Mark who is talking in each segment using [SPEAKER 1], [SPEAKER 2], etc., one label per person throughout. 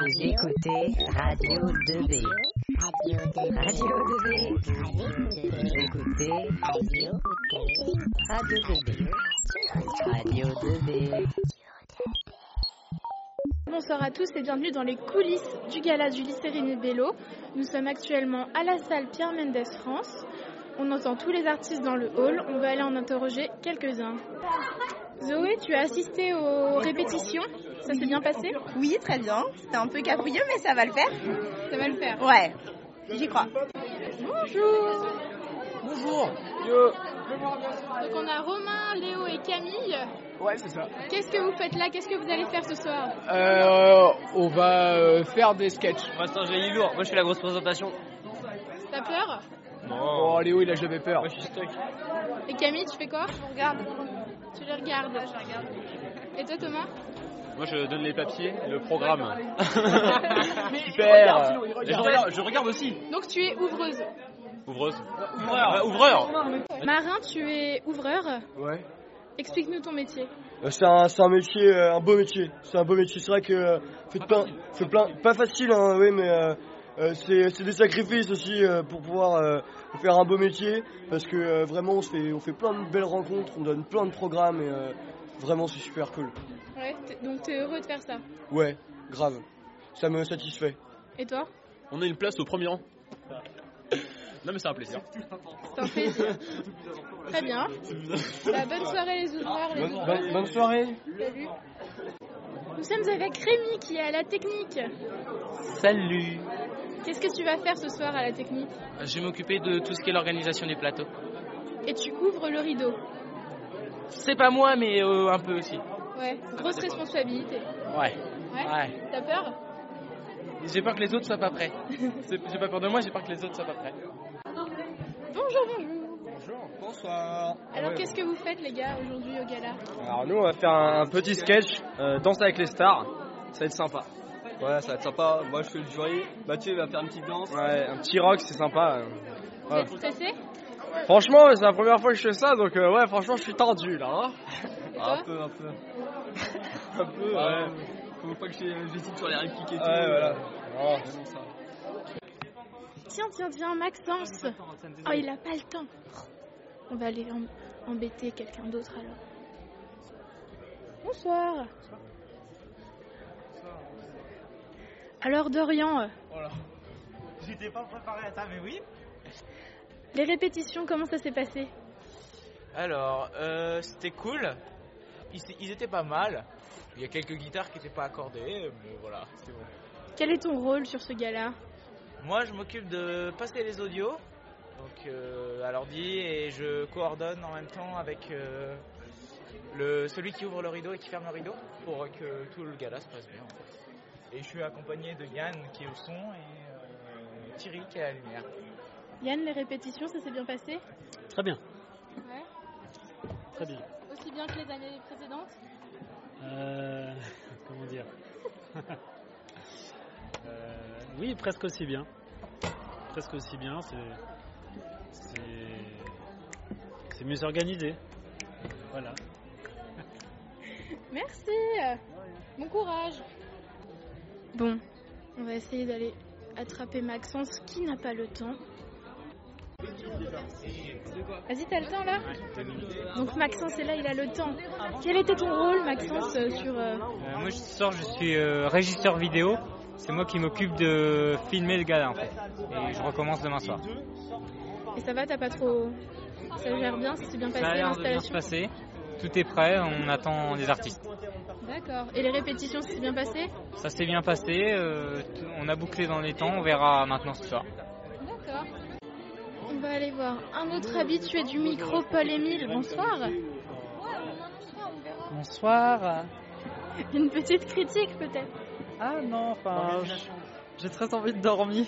[SPEAKER 1] Vous écoutez Radio 2B.
[SPEAKER 2] Radio 2B.
[SPEAKER 1] Radio 2B.
[SPEAKER 2] Radio 2B.
[SPEAKER 1] Vous écoutez
[SPEAKER 2] Radio 2B.
[SPEAKER 1] Radio 2B. Radio 2B.
[SPEAKER 3] Bonsoir à tous et bienvenue dans les coulisses du gala du lycée Rémi Bello. Nous sommes actuellement à la salle Pierre Mendès France. On entend tous les artistes dans le hall. On va aller en interroger quelques-uns. Zoé, tu as assisté aux répétitions. Ça s'est bien passé
[SPEAKER 4] Oui, très bien. C'était un peu capouilleux, mais ça va le faire.
[SPEAKER 3] Ça va le faire.
[SPEAKER 4] Ouais, j'y crois.
[SPEAKER 3] Bonjour.
[SPEAKER 5] Bonjour
[SPEAKER 3] Donc on a Romain, Léo et Camille.
[SPEAKER 5] Ouais, c'est ça.
[SPEAKER 3] Qu'est-ce que vous faites là Qu'est-ce que vous allez faire ce soir
[SPEAKER 5] Euh, on va euh, faire des sketchs.
[SPEAKER 6] Pour l'instant, j'ai eu lourd. Moi, je fais la grosse présentation.
[SPEAKER 3] T'as peur
[SPEAKER 5] Oh, Léo, il a jamais peur.
[SPEAKER 6] Moi, je suis stock.
[SPEAKER 3] Et Camille, tu fais quoi Je regarde. Tu les regardes je regarde. Et toi, Thomas
[SPEAKER 7] Moi, je donne les papiers, le programme.
[SPEAKER 5] Super
[SPEAKER 7] Et je, regarde, je regarde aussi.
[SPEAKER 3] Donc tu es ouvreuse.
[SPEAKER 7] Ouvreuse. Ouvreur. ouvreur.
[SPEAKER 3] Marin, tu es ouvreur.
[SPEAKER 8] Ouais.
[SPEAKER 3] Explique-nous ton métier.
[SPEAKER 8] Euh, C'est un, c'est un métier, euh, un beau métier. C'est un beau métier. C'est vrai que euh, faites plein, faites plein, pas facile, hein, oui, mais euh, euh, c'est c'est des sacrifices aussi euh, pour pouvoir euh, faire un beau métier, parce que euh, vraiment on se fait, on fait plein de belles rencontres, on donne plein de programmes et euh, vraiment c'est super cool.
[SPEAKER 3] Ouais, t'es- donc t'es heureux de faire ça.
[SPEAKER 8] Ouais, grave. Ça me satisfait.
[SPEAKER 3] Et toi
[SPEAKER 7] On a une place au premier rang. Non, mais c'est un plaisir.
[SPEAKER 3] C'est un plaisir. Très bien. Bah, bonne soirée les ouvreurs, les ouvreuses.
[SPEAKER 8] bonne soirée.
[SPEAKER 3] Salut. Nous sommes avec Rémi qui est à la technique.
[SPEAKER 9] Salut
[SPEAKER 3] Qu'est-ce que tu vas faire ce soir à la technique
[SPEAKER 9] Je vais m'occuper de tout ce qui est l'organisation des plateaux.
[SPEAKER 3] Et tu ouvres le rideau.
[SPEAKER 9] C'est pas moi, mais euh, un peu aussi.
[SPEAKER 3] Ouais, grosse responsabilité.
[SPEAKER 9] Ouais.
[SPEAKER 3] Ouais.
[SPEAKER 9] Ouais.
[SPEAKER 3] T'as peur
[SPEAKER 9] J'ai peur que les autres soient pas prêts. C'est- J'ai pas peur de moi, j'ai peur que les autres soient pas prêts.
[SPEAKER 3] Bonjour, bonjour.
[SPEAKER 8] Bonsoir.
[SPEAKER 3] Alors qu'est-ce que vous faites les gars aujourd'hui au gala
[SPEAKER 5] Alors, nous, on va faire un petit sketch, euh, danse avec les stars. Ça va être sympa.
[SPEAKER 8] Ouais, ça va être sympa. Moi je fais le jury. Mathieu va faire une petite danse.
[SPEAKER 5] Ouais, un petit rock, c'est sympa.
[SPEAKER 3] Vous êtes stressé
[SPEAKER 5] Franchement, c'est la première fois que je fais ça, donc euh, ouais, franchement, je suis tendu là. hein.
[SPEAKER 3] Et toi
[SPEAKER 8] peu, Ah, un peu.
[SPEAKER 5] Un peu, ouais.
[SPEAKER 7] Faut pas que j'hésite sur les répliques et tout.
[SPEAKER 5] Ouais, voilà. Oh.
[SPEAKER 3] Tiens, tiens, tiens, Maxence. Oh, il a pas le temps. On va aller em- embêter quelqu'un d'autre alors. Bonsoir. Alors Dorian. euh,
[SPEAKER 7] J'étais pas préparé à ça, mais oui.
[SPEAKER 3] Les répétitions, comment ça s'est passé
[SPEAKER 9] Alors, euh, c'était cool. Ils, ils étaient pas mal. Il y a quelques guitares qui n'étaient pas accordées, mais voilà, c'est bon.
[SPEAKER 3] Quel est ton rôle sur ce gala
[SPEAKER 9] Moi, je m'occupe de passer les audios, donc euh, à l'ordi, et je coordonne en même temps avec euh, le, celui qui ouvre le rideau et qui ferme le rideau pour que tout le gala se passe bien. en fait. Et je suis accompagné de Yann qui est au son et euh, Thierry qui est à la lumière.
[SPEAKER 3] Yann, les répétitions, ça s'est bien passé
[SPEAKER 10] Très bien,
[SPEAKER 3] Ouais.
[SPEAKER 10] très bien.
[SPEAKER 3] Aussi bien que les années précédentes
[SPEAKER 10] Euh, comment dire Euh, Oui, presque aussi bien. Presque aussi bien. c'est- C'est c'est mieux organisé. Voilà.
[SPEAKER 3] Merci Bon courage Bon, on va essayer d'aller attraper Maxence qui n'a pas le temps. Vas-y, t'as le temps là Donc Maxence est là, il a le temps. Quel était ton rôle, Maxence, euh, sur... euh,
[SPEAKER 9] moi, ce soir, je suis euh, régisseur vidéo. C'est moi qui m'occupe de filmer le gala en fait. Et je recommence demain soir.
[SPEAKER 3] Et ça va, t'as pas trop... Ça gère bien, ça s'est bien passé l'installation
[SPEAKER 9] passer. Tout est prêt, on attend les artistes.
[SPEAKER 3] D'accord. Et les répétitions, ça s'est bien passé
[SPEAKER 9] Ça s'est bien passé, euh, on a bouclé dans les temps, on verra maintenant ce soir.
[SPEAKER 3] D'accord. On va aller voir un autre habitué du micro, Paul-Émile. Bonsoir.
[SPEAKER 9] Bonsoir.
[SPEAKER 3] Une petite critique peut-être.
[SPEAKER 9] Ah non, enfin, je- j'ai très envie de dormir.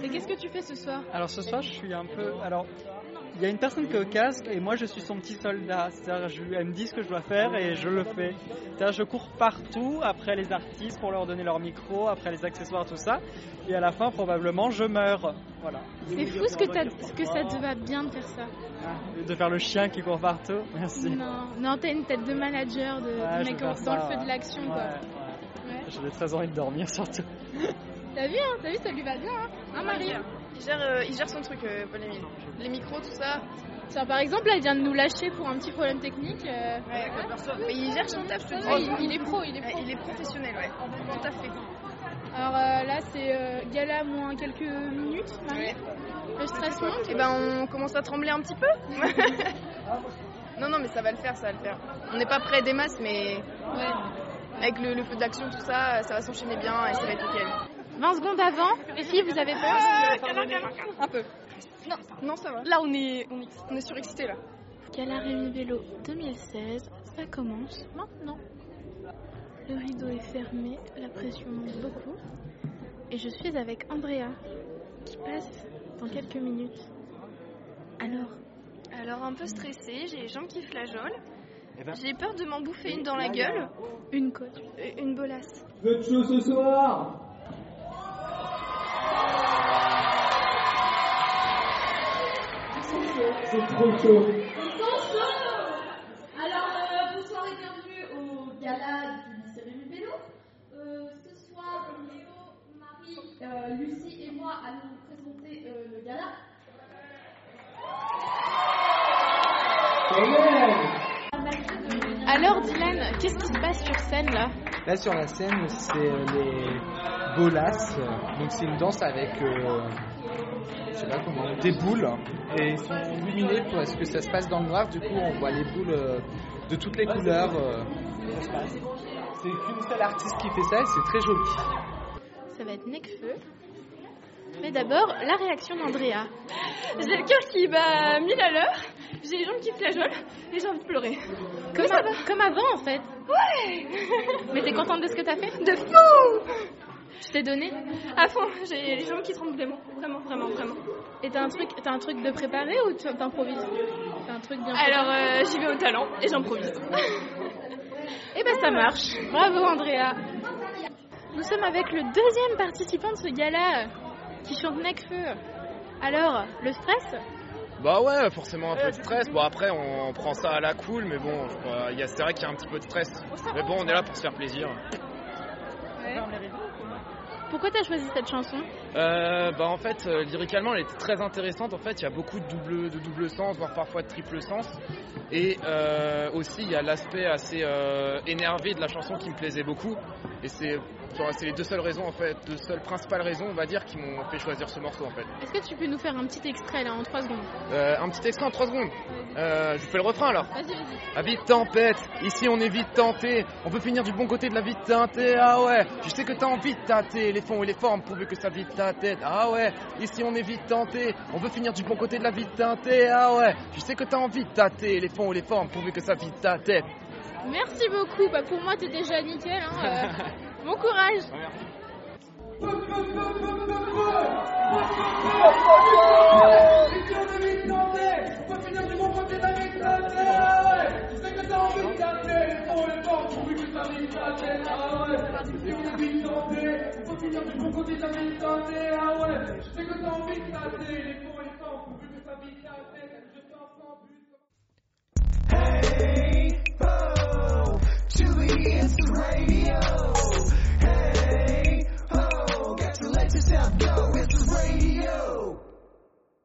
[SPEAKER 3] Mais qu'est-ce que tu fais ce soir
[SPEAKER 9] Alors ce soir, je suis un peu. Alors,
[SPEAKER 11] il y a une personne qui est au casque et moi je suis son petit soldat. C'est-à-dire, je, elle me dit ce que je dois faire et je le fais. C'est-à-dire, je cours partout après les artistes pour leur donner leur micro, après les accessoires, tout ça. Et à la fin, probablement, je meurs. Voilà.
[SPEAKER 3] C'est fou ce que, t'as- ce que ça te va bien de faire ça.
[SPEAKER 11] Ah, De faire le chien qui court partout. Merci.
[SPEAKER 3] Non, non t'as une tête de manager, de, de
[SPEAKER 11] Ouais, je
[SPEAKER 3] mec
[SPEAKER 11] vais
[SPEAKER 3] en-
[SPEAKER 11] faire
[SPEAKER 3] dans le
[SPEAKER 11] ça,
[SPEAKER 3] feu de
[SPEAKER 11] ouais.
[SPEAKER 3] l'action
[SPEAKER 11] Ouais,
[SPEAKER 3] quoi.
[SPEAKER 11] ouais.
[SPEAKER 3] Ouais.
[SPEAKER 11] J'avais très envie de dormir surtout.
[SPEAKER 3] T'as vu, hein, t'as vu, ça lui va bien, hein, hein Marie
[SPEAKER 12] Il gère, euh, il gère son truc, euh, Paul Émile. Les micros, tout ça.
[SPEAKER 3] Tiens, par exemple, là, il vient de nous lâcher pour un petit problème technique. euh,
[SPEAKER 12] Mais il gère son taf, je te
[SPEAKER 3] Ah oui,
[SPEAKER 12] dis.
[SPEAKER 3] il, il est pro, il est pro.
[SPEAKER 12] Il est professionnel, Oh. ouais. Tout à fait.
[SPEAKER 3] Alors euh, là, c'est euh, gala moins quelques minutes, Marie. Le stress monte.
[SPEAKER 12] Et ben, on commence à trembler un petit peu. non, non, mais ça va le faire, ça va le faire. On n'est pas près des masses, mais avec le, le feu d'action, tout ça, ça va s'enchaîner bien et ça va être nickel.
[SPEAKER 3] 20 secondes avant, les filles, vous avez peur
[SPEAKER 13] Ah,
[SPEAKER 3] euh,
[SPEAKER 4] Euh,
[SPEAKER 12] Un peu. Non, non, ça va. Là, on est, on est, on est surexcités, là.
[SPEAKER 3] Gala Rémi Vélo 2016, ça commence maintenant. Le rideau est fermé, la pression monte beaucoup. Et je suis avec Andrea, qui passe dans quelques minutes. Alors
[SPEAKER 13] Alors un peu stressée, j'ai les jambes qui flageolent.
[SPEAKER 3] Eh ben.
[SPEAKER 13] J'ai peur de m'en bouffer une dans la gueule. Euh,
[SPEAKER 3] Une coach.
[SPEAKER 13] Une bolasse.
[SPEAKER 14] Faites chaud ce soir C'est trop chaud.
[SPEAKER 15] Alors, euh, bonsoir et bienvenue au gala du lycée Rémi Bello. Euh, ce soir, Léo, Marie, euh, Lucie et moi allons vous présenter euh, le gala. euh,
[SPEAKER 3] Alors Dylan, qu'est-ce qui se passe sur scène là
[SPEAKER 16] Là sur la scène, c'est euh, les bolas. Donc c'est une danse avec, euh, je sais pas comment, des boules. Et ils sont illuminés parce que ça se passe dans le noir. Du coup, on voit les boules euh, de toutes les couleurs. euh. C'est qu'une seule artiste qui fait ça et c'est très joli.
[SPEAKER 3] Ça va être Necfeu. Mais d'abord, la réaction d'Andrea.
[SPEAKER 13] J'ai le cœur qui bat 1000 à l'heure, j'ai les jambes qui flageolent et j'ai envie de pleurer.
[SPEAKER 3] Comme, a- comme avant en fait.
[SPEAKER 13] Ouais
[SPEAKER 3] Mais t'es contente de ce que t'as fait
[SPEAKER 13] De fou
[SPEAKER 3] Je t'ai donné
[SPEAKER 13] À fond, j'ai les jambes qui tremblent vraiment, vraiment, vraiment, vraiment.
[SPEAKER 3] Et t'as un truc, t'as un truc de préparé ou tu- t'improvises T'as un truc bien.
[SPEAKER 13] Alors euh, j'y vais au talent et j'improvise.
[SPEAKER 3] Et ben ça marche. Bravo Andrea. Nous sommes avec le deuxième participant de ce gala euh, qui chante Necfeu. Alors, le stress
[SPEAKER 7] Bah ouais, forcément un peu de stress. Bon après on prend ça à la cool, mais bon, je crois, il y a- c'est vrai qu'il y a un petit peu de stress. Mais bon, on est là pour se faire plaisir.
[SPEAKER 3] Pourquoi t'as choisi cette chanson
[SPEAKER 7] Euh, bah en fait, euh, lyricalement, elle était très intéressante. En fait, il y a beaucoup de double, de double sens, voire parfois de triple sens. Et euh, aussi, il y a l'aspect assez euh, énervé de la chanson qui me plaisait beaucoup. Et c'est genre, c'est les deux seules raisons, en fait, deux seules principales raisons, on va dire, qui m'ont fait choisir ce morceau, en fait.
[SPEAKER 3] Est-ce que tu peux nous faire un petit extrait là en 3 secondes
[SPEAKER 7] Euh, un petit extrait en 3 secondes. Euh, je vous fais le refrain alors.
[SPEAKER 3] Vas-y, vas-y.
[SPEAKER 7] La vie de tempête, ici on est vite tenté. On peut finir du bon côté de la vie de teintée. Ah ouais, je sais que t'as envie de tâter les fonds et les formes pourvu que ça vide ta tête. Ah ouais, ici on est vite tenté. On peut finir du bon côté de la vie de teintée. Ah ouais, je sais que t'as envie de tâter les fonds et les formes pourvu que ça vide ta tête.
[SPEAKER 3] Merci beaucoup. Bah pour moi t'es déjà nickel. Hein, euh. bon courage.
[SPEAKER 14] Got to let yourself go.